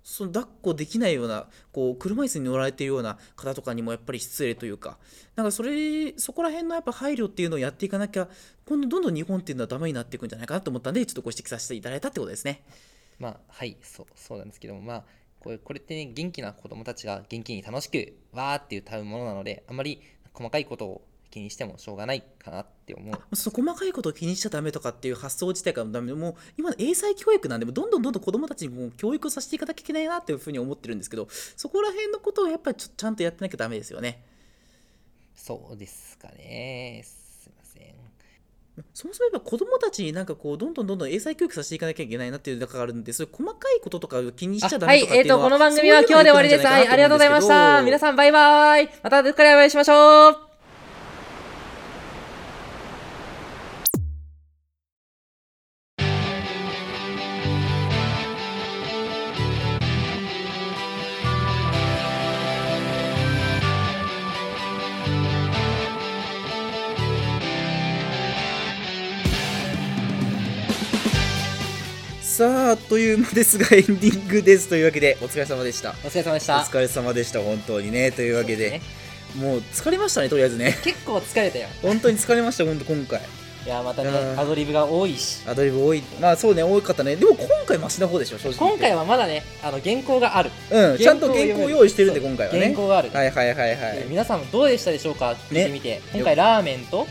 Speaker 1: その抱っこできないようなこう車椅子に乗られているような方とかにもやっぱり失礼というかなんかそれそこら辺のやっぱ配慮っていうのをやっていかなきゃ今度どんどん日本っていうのはダメになっていくんじゃないかなと思ったんでちょっとご指摘させていただいたってことですね。
Speaker 2: まあはいそうそうなんですけどもまあこれこれってね元気な子供たちが元気に楽しくわーって歌うものなのであんまり細かいことを気にしてもしょうがないかなって思う
Speaker 1: その細かいことを気にしちゃダメとかっていう発想自体からダメでもう今の英才教育なんでもうどんどんどんどん子どもたちにもう教育をさせていかなきゃいけないなっていうふうに思ってるんですけどそこら辺のことをやっぱりちょちゃんとやってなきゃダメですよね
Speaker 2: そうですかねすいません
Speaker 1: そもそもやっぱ子どもたちになんかこうどんどんどんどん英才教育させていかなきゃいけないなっていう中があるんでそういう細かいこととかを気にしちゃダメとか
Speaker 2: はい、
Speaker 1: っ
Speaker 2: え
Speaker 1: て
Speaker 2: っ、
Speaker 1: いうの
Speaker 2: と、
Speaker 1: は
Speaker 2: この番組は今日で終わりです。はい、ありがとうございました。皆
Speaker 1: ん
Speaker 2: さん、バイバイ。またどっかでお会いしましょう。
Speaker 1: さあという間ですがエンディングですというわけでお疲れ様でした
Speaker 2: お疲れ様でし
Speaker 1: お
Speaker 2: た。
Speaker 1: 疲れ様でした本当にねというわけで
Speaker 2: そうすね
Speaker 1: もう疲れましたねとりあえずね
Speaker 2: 結構疲れたよ。
Speaker 1: 本当に疲れました本当今回
Speaker 2: いや、またね
Speaker 1: う、ん
Speaker 2: アドリブが多いし。
Speaker 1: アドリブ多いまあそうね多かったねでも今回マシな方でしょ正直
Speaker 2: 今回
Speaker 1: は
Speaker 2: はまだね、あの、原稿がある。
Speaker 1: うんちゃんと原稿を用意してるんで
Speaker 2: そう
Speaker 1: 今回はね
Speaker 2: 原稿がある。
Speaker 1: はいはいはいはい
Speaker 2: で皆さんどうでしたでしょうか聞いてみて。今回、ラーメンと、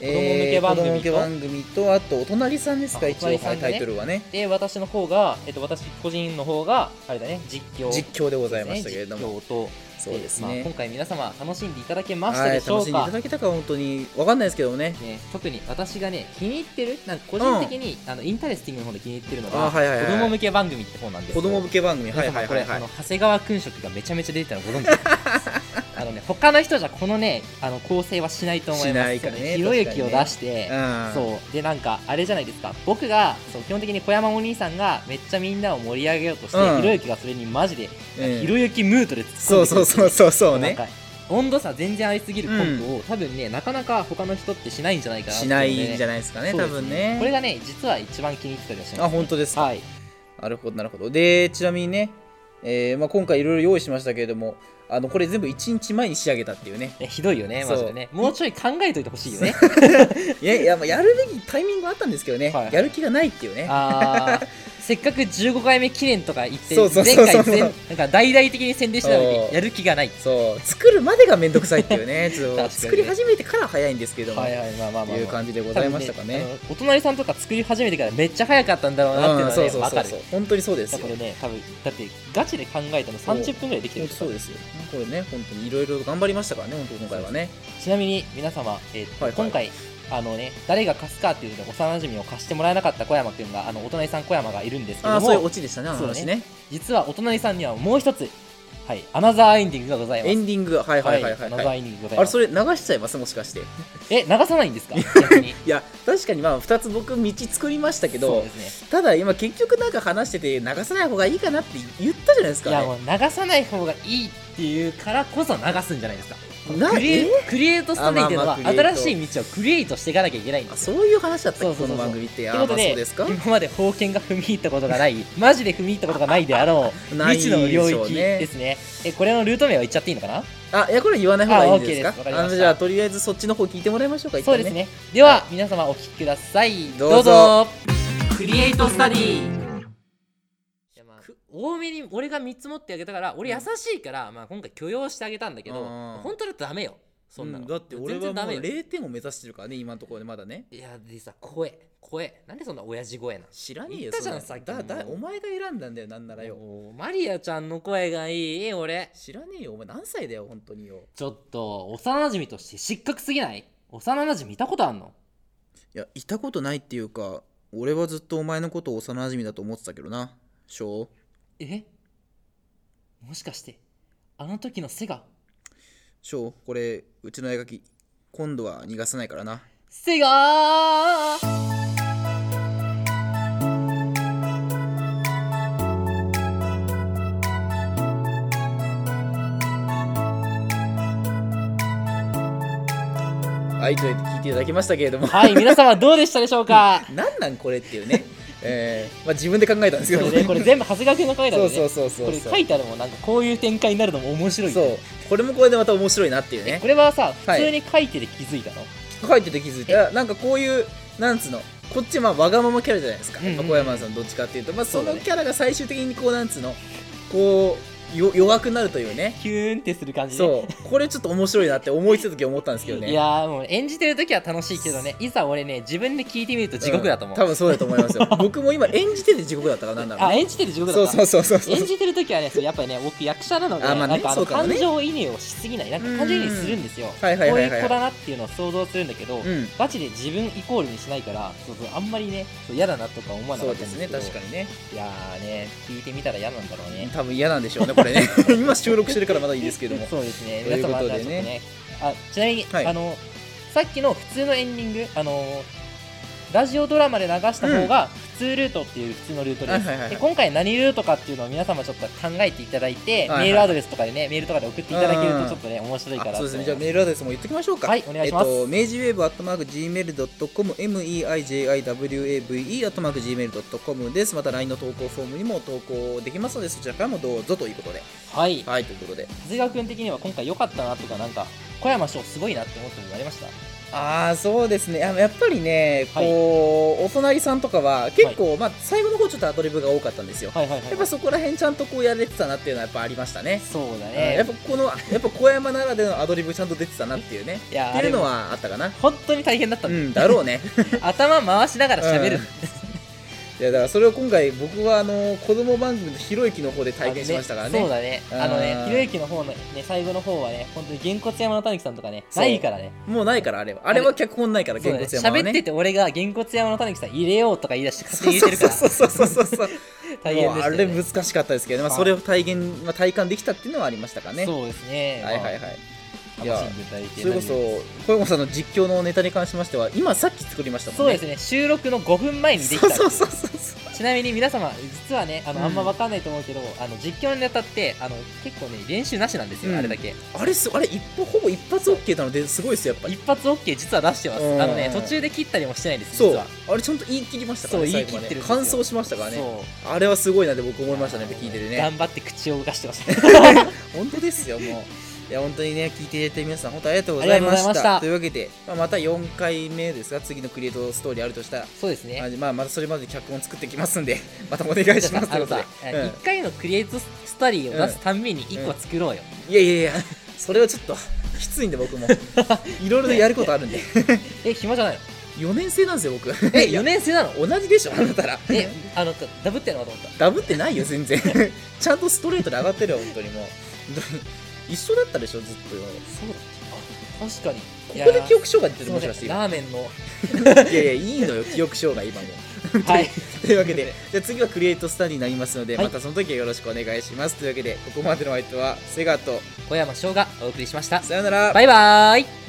Speaker 1: えー
Speaker 2: 子供向け
Speaker 1: 子
Speaker 2: 番組と
Speaker 1: 供向け番組とあとお隣さんですか
Speaker 2: あ
Speaker 1: 一
Speaker 2: お
Speaker 1: 応、
Speaker 2: 隣さん
Speaker 1: はい
Speaker 2: ね
Speaker 1: タイトルはね
Speaker 2: で、私の方が、えっと、私個人の方が、あれだね、実況。
Speaker 1: 実況でございましたけれど
Speaker 2: そう
Speaker 1: もそ
Speaker 2: ですね実況と、
Speaker 1: うです
Speaker 2: まあ
Speaker 1: ね
Speaker 2: 今回皆様楽しんでいただけました
Speaker 1: はい
Speaker 2: で
Speaker 1: 楽
Speaker 2: しょ
Speaker 1: しんで
Speaker 2: う
Speaker 1: い
Speaker 2: か
Speaker 1: ただけたか本当にわかんないですけどね
Speaker 2: ね、特に私がね気に入ってるなんか個人的に、あのインタレスティングの方で気に入ってるのが、
Speaker 1: あはいはいはい
Speaker 2: 子供向け番組って方なんです
Speaker 1: 子供向
Speaker 2: け
Speaker 1: け番組はいは
Speaker 2: はいい
Speaker 1: はいは
Speaker 2: あ
Speaker 1: い
Speaker 2: の長谷川君色がめちゃめちゃ出てたのご存知で すかあのね他の人じゃこのねあの構成はしないと思います
Speaker 1: しないからね
Speaker 2: そのひろゆきを出して、
Speaker 1: うん
Speaker 2: そうでなんかあれじゃないですか僕がそう基本的に小山お兄さんがめっちゃみんなを盛り上げようとして、
Speaker 1: うん
Speaker 2: ひろゆきがそれにマジで、
Speaker 1: うん
Speaker 2: ひろゆきムートで突っ込んでくる
Speaker 1: そうそうそうそうそう
Speaker 2: なん
Speaker 1: ね
Speaker 2: か温度差全然ありすぎるコントを、多分ねなかなか他の人ってしないんじゃないかな
Speaker 1: しないんじゃ
Speaker 2: な
Speaker 1: な
Speaker 2: い
Speaker 1: いですかね多分ね
Speaker 2: これがね実は一番気に入ってたりはします、
Speaker 1: あ本当ですか
Speaker 2: はい
Speaker 1: なるほどなるほどでちなみにね、えーまあ、今回いろいろ用意しましたけれどもあのこれ全部1日前に仕上げたっていうね
Speaker 2: ねひどいよね
Speaker 1: そう
Speaker 2: マジでねもうちょい考えといてほしいよね
Speaker 1: いやいや、まあ、やるべきタイミングはあったんですけどね、
Speaker 2: はい
Speaker 1: やる気がないっていうね
Speaker 2: あーせっかく15回目記念とか言って
Speaker 1: そうそうそうそう
Speaker 2: 前回全なんか大々的に宣伝してたの
Speaker 1: そう
Speaker 2: にやる気がない
Speaker 1: そう作るまでがめんどくさいっていう ねちょっと
Speaker 2: 確かにね
Speaker 1: 作り始めてから早いんですけども、
Speaker 2: はいはいまあまあまあ、まあ、
Speaker 1: いう感じでございましたかね
Speaker 2: 多分あのお隣さんとか作り始めてからめっちゃ早かったんだろうなっていうの
Speaker 1: うん
Speaker 2: は
Speaker 1: そう
Speaker 2: ね
Speaker 1: そう
Speaker 2: 分
Speaker 1: そ
Speaker 2: か
Speaker 1: う
Speaker 2: る
Speaker 1: そう本当にそうです
Speaker 2: だ
Speaker 1: よ
Speaker 2: か
Speaker 1: 本
Speaker 2: らね多分だってガチで考えたの30分ぐらいでき
Speaker 1: 当に
Speaker 2: てるんです
Speaker 1: そうですよこれね本当にいろいろ頑張りましたからね本当今回はね
Speaker 2: ちなみに皆様、えーと
Speaker 1: はいはい
Speaker 2: 今回あのね誰が貸すかっていうので幼馴染を貸してもらえなかった小山くんがあのお隣さん小山がいるんですけ
Speaker 1: あ
Speaker 2: ど
Speaker 1: あそういう
Speaker 2: も
Speaker 1: オチでしたねあの
Speaker 2: そうね
Speaker 1: 話ね
Speaker 2: 実はお隣さんにはもう一つはいアナザーエンディングがございま
Speaker 1: エ
Speaker 2: す
Speaker 1: ンディングはいはいはいはい、
Speaker 2: アナ
Speaker 1: はい
Speaker 2: ザーエンディングござ
Speaker 1: あ
Speaker 2: いま
Speaker 1: れ
Speaker 2: す
Speaker 1: それ流しちゃいますもしかして
Speaker 2: え流さないんですか逆に
Speaker 1: いや確かにまあ2つ僕道作りましたけ
Speaker 2: そう
Speaker 1: ど
Speaker 2: です
Speaker 1: ただ今結局なんか話してて流さない方がいいかなって言ったじゃないです
Speaker 2: ねい
Speaker 1: か、
Speaker 2: やも
Speaker 1: ね
Speaker 2: う、流さない方がいいっていうからこそ流すんじゃないですか
Speaker 1: な
Speaker 2: クリエイ
Speaker 1: え
Speaker 2: クリエイトストーリーっていうのは
Speaker 1: あまあまあクリエイ
Speaker 2: 新
Speaker 1: ト
Speaker 2: しい道をクリエイトしていかなきゃいけないんで
Speaker 1: あ
Speaker 2: すよ
Speaker 1: そういう話だったっけ
Speaker 2: そうそうそう
Speaker 1: この番組って
Speaker 2: と
Speaker 1: あ
Speaker 2: いう
Speaker 1: ま
Speaker 2: こ
Speaker 1: あそう
Speaker 2: とで
Speaker 1: ですか
Speaker 2: 今まで封建が踏み入ったことがないマジで踏み入ったことがないであろう
Speaker 1: ない
Speaker 2: 未知の領
Speaker 1: でしょう
Speaker 2: 域
Speaker 1: ね
Speaker 2: ですねえこれのルート名は言っちゃっていいのかな
Speaker 1: あいやこれは言わない方がいいんですか
Speaker 2: あ OK ですわかりま
Speaker 1: あ
Speaker 2: した
Speaker 1: のじゃあとりあえずそっちの方聞いてもらいましょうか一
Speaker 2: そう
Speaker 1: 旦
Speaker 2: ですねでは皆様お聞きください
Speaker 1: どうぞ
Speaker 2: どうぞクリエイトスタディく多めに俺が3つ持ってあげたから俺優しいから、まあ、今回許容してあげたんだけど
Speaker 1: あー
Speaker 2: 本当だとダメよそんな
Speaker 1: う
Speaker 2: の、
Speaker 1: んだって俺
Speaker 2: 全
Speaker 1: は
Speaker 2: 然
Speaker 1: も
Speaker 2: ダ
Speaker 1: う
Speaker 2: メよ
Speaker 1: 0点を目指してるからね今のところでまだね
Speaker 2: いやでさ声声なんでそんな親父声なの
Speaker 1: 知らねえ
Speaker 2: 言
Speaker 1: よ
Speaker 2: ったじゃん
Speaker 1: そな
Speaker 2: さっ
Speaker 1: だ
Speaker 2: きも
Speaker 1: だお前が選んだんだよなんならよ
Speaker 2: もうマリアちゃんの声がいい俺
Speaker 1: 知らねえよお前何歳だよ本当によ
Speaker 2: ちょっと幼馴染として失格すぎない幼馴染見たことあんの
Speaker 1: いやいたことないっていうか俺はずっとお前のことを幼馴染だと思ってたけどな翔
Speaker 2: えもしかしてあの時のセガ
Speaker 1: 翔これうちの絵描き今度は逃がさないからな
Speaker 2: セガー
Speaker 1: はいということで聞いていただきましたけれど も
Speaker 2: はい皆様どうでしたでしょ うか
Speaker 1: 何なんこれっていうねえー、まあ自分で考えたんですけ
Speaker 2: そ
Speaker 1: ど
Speaker 2: れでこれ全部長谷川君の書いた
Speaker 1: そ
Speaker 2: の
Speaker 1: う
Speaker 2: ね
Speaker 1: そうそうそう
Speaker 2: これ書いてあるもんなんかこういう展開になるのも面白いね
Speaker 1: そうこれもこれでまた面白いなっていう
Speaker 2: え
Speaker 1: ね
Speaker 2: これはさ普
Speaker 1: はい
Speaker 2: 通に書いてて気づいたの、
Speaker 1: 書いてて気づいたなんかこういうなんつうのこっちまあわがままキャラじゃないですか、
Speaker 2: うんうん
Speaker 1: まあ小山さんどっちかっていうと、まあ、そ
Speaker 2: そう
Speaker 1: の
Speaker 2: だね
Speaker 1: キャラが最終的にこうなんつうのこうよ弱くなるというね
Speaker 2: キューンってする感じで、
Speaker 1: そうこれちょっと面白いなって思いついた時思ったんですけどね
Speaker 2: いやーもう演じてる時は楽しいけどねいざ俺ね自分で聞いてみると地獄だと思う、
Speaker 1: ん多分そうだと思い ますよ僕も今演じてて地獄だったかなんだろう
Speaker 2: あ
Speaker 1: ね
Speaker 2: 演じてる地獄だ
Speaker 1: そ
Speaker 2: っ
Speaker 1: う
Speaker 2: た
Speaker 1: そうそうそうそう
Speaker 2: 演じてる時はねそうやっぱりね僕役者なので
Speaker 1: あまあね
Speaker 2: なんかあ
Speaker 1: そ
Speaker 2: の
Speaker 1: うかもね
Speaker 2: 感情移入をしすぎないなんか感情移入するんですよこう
Speaker 1: はいはいはいいは
Speaker 2: う
Speaker 1: い
Speaker 2: 子だなっていうのを想像するんだけど、
Speaker 1: うん
Speaker 2: ガチで自分イコールにしないからそうそうあんまりねそう嫌だなとか思わな
Speaker 1: そ
Speaker 2: か
Speaker 1: う
Speaker 2: った
Speaker 1: で
Speaker 2: ん
Speaker 1: すね
Speaker 2: ですけど
Speaker 1: 確かにね
Speaker 2: いやーね聞いてみたら嫌なんだろうね
Speaker 1: 多分嫌なんでしょうねこれ ね今収録してるからまだいいですけども
Speaker 2: そうですね
Speaker 1: とい
Speaker 2: 皆
Speaker 1: うこ
Speaker 2: 様
Speaker 1: と
Speaker 2: じゃあちょっ
Speaker 1: でね
Speaker 2: とねあちなみに、
Speaker 1: はい
Speaker 2: あのさっきの普通のエンディングあのラジオドラマで流した方が普通ルートっていう普通のルートで
Speaker 1: は
Speaker 2: す、
Speaker 1: いはいはいはい
Speaker 2: で今回何ルートかっていうのを皆様ちょっと考えていただいて、
Speaker 1: いはい
Speaker 2: メールアドレスとかでねメールとかで送っていただける
Speaker 1: う
Speaker 2: と
Speaker 1: ん
Speaker 2: ちょっとね面白いかな
Speaker 1: あ
Speaker 2: と
Speaker 1: そうです
Speaker 2: 思
Speaker 1: ね
Speaker 2: いま
Speaker 1: じゃあ
Speaker 2: す
Speaker 1: メールアドレスも言ってきましょうか
Speaker 2: はいお願いします
Speaker 1: えっと明治ウェーブアットマーク Gmail.com meijiwave アットマーク Gmail.com ですまた LINE の投稿フォームにも投稿できますのでそちらからもどうぞということで
Speaker 2: はい
Speaker 1: はいということで
Speaker 2: 水川君的には今回良かったなとかなんか小山翔すごいなって思ったことありました
Speaker 1: ああそうですねあのやっぱりね
Speaker 2: はい
Speaker 1: こう、お隣さんとかは結構、まあ最後の方ちょっとアドリブが多かったんですよ、
Speaker 2: はいはいはい、
Speaker 1: やっぱそこら辺ちゃんとこうやれてたなっていうのはやっぱありましたね、
Speaker 2: そうだ
Speaker 1: うん
Speaker 2: ね
Speaker 1: やっぱこのやっぱ小山ならでのアドリブちゃんと出てたなっていうね
Speaker 2: いや
Speaker 1: っていうのはあったかな
Speaker 2: 本当に大変だった
Speaker 1: うん
Speaker 2: だ、
Speaker 1: んだろうね
Speaker 2: 頭回しながら喋る、
Speaker 1: うんいやだからそれを今回僕はあの子供番組のひろゆきの方で体験しましたからね
Speaker 2: そうだね。
Speaker 1: うん
Speaker 2: あのね、ひろゆきの方のね、最後の方はね、本当にげんこつ山のたぬきさんとかね、
Speaker 1: そう
Speaker 2: ないからね。
Speaker 1: もうないからあれはあれは脚本ないから
Speaker 2: そ
Speaker 1: 原
Speaker 2: うだ
Speaker 1: 骨
Speaker 2: ね
Speaker 1: 山は
Speaker 2: 喋って
Speaker 1: ね
Speaker 2: て俺がげんこつ山のたぬきさん入れようとか言い出して
Speaker 1: そ
Speaker 2: 勝手
Speaker 1: う
Speaker 2: に入れてる
Speaker 1: そ
Speaker 2: か
Speaker 1: うそうそうそうそう
Speaker 2: ら、 大変
Speaker 1: も
Speaker 2: で
Speaker 1: う
Speaker 2: し
Speaker 1: あ
Speaker 2: た
Speaker 1: れ
Speaker 2: よね。
Speaker 1: 難しかったですけどね、まあ、
Speaker 2: はい
Speaker 1: それを体現、まあ、体感できたっていうのはありましたかね
Speaker 2: そうですね。
Speaker 1: はいはいはい
Speaker 2: まあ
Speaker 1: いや
Speaker 2: 楽しんでいただいて。
Speaker 1: それこそ小山さんの実況のネタに関しましては今さっき作りましたもんね
Speaker 2: そうですね、収録の5分前にできた
Speaker 1: そうそうそうそう
Speaker 2: ちなみに皆様、実はね、あ
Speaker 1: う
Speaker 2: の
Speaker 1: ん
Speaker 2: あんま分かんないと思うけど、あの実況にあたってあの結構ね、練習なしなんですよ、
Speaker 1: うん
Speaker 2: あれだけ。
Speaker 1: あれすあれ一歩ほぼ一発 OK なのですごいですよやっぱり
Speaker 2: 一発 OK 実は出してます。
Speaker 1: うん
Speaker 2: あのね、途中で切ったりもしてないです、
Speaker 1: そ
Speaker 2: 実
Speaker 1: う
Speaker 2: は。
Speaker 1: あれちゃんと言い切りましたから
Speaker 2: そう
Speaker 1: ね
Speaker 2: 言
Speaker 1: 最
Speaker 2: い
Speaker 1: 後
Speaker 2: 切
Speaker 1: ま
Speaker 2: っ
Speaker 1: で
Speaker 2: てるんですよ
Speaker 1: 完走しましたからね
Speaker 2: そう
Speaker 1: あれはすごいなって僕思いましたねやっぱ聞いててね
Speaker 2: 頑張って口を動かしてました。
Speaker 1: 本当ですよも ういや本当にね聞いていただいて皆さん本当ありがとうございま
Speaker 2: ありがとうご
Speaker 1: し
Speaker 2: ざいましたた
Speaker 1: というわけで、まあ、また4回目ですが次のクリエイトストーリーあるとしたら
Speaker 2: そうですね。
Speaker 1: あまあ またそれまで脚本作ってきますんで またお願いしますと
Speaker 2: あ
Speaker 1: いうこと
Speaker 2: のさ
Speaker 1: で、
Speaker 2: あ
Speaker 1: うん
Speaker 2: の一回のクリエイトストーリーを出すたんびに一個作ろうよ。
Speaker 1: いやいやいやそれはちょっときついんで 僕もいろいろやることあるんで
Speaker 2: え、暇じゃないの
Speaker 1: 4年生なんですよ僕
Speaker 2: え、
Speaker 1: いや
Speaker 2: 4年生な の
Speaker 1: 同じでしょあなたら
Speaker 2: え、あの、ダブってんのかと思っ
Speaker 1: ダブってないよ全然 ちゃんとストレートで上がってるよ本当にもう 一緒だったでしょずっとよ
Speaker 2: た。そうだ確かに。
Speaker 1: ここで記
Speaker 2: 憶
Speaker 1: 憶障害出て
Speaker 2: すい
Speaker 1: る
Speaker 2: ま
Speaker 1: もし
Speaker 2: せ
Speaker 1: かして
Speaker 2: ん
Speaker 1: 今
Speaker 2: ラーメンの。
Speaker 1: いやいやいいのよ記憶障害今も
Speaker 2: はい。
Speaker 1: というわけでじゃあ次はクリエイトスタディになりますので、
Speaker 2: はい
Speaker 1: またその時はよろしくお願いしますというわけでここまでのお相手はセガと
Speaker 2: 小山翔がお送りしました。
Speaker 1: さよなら
Speaker 2: バイバーイ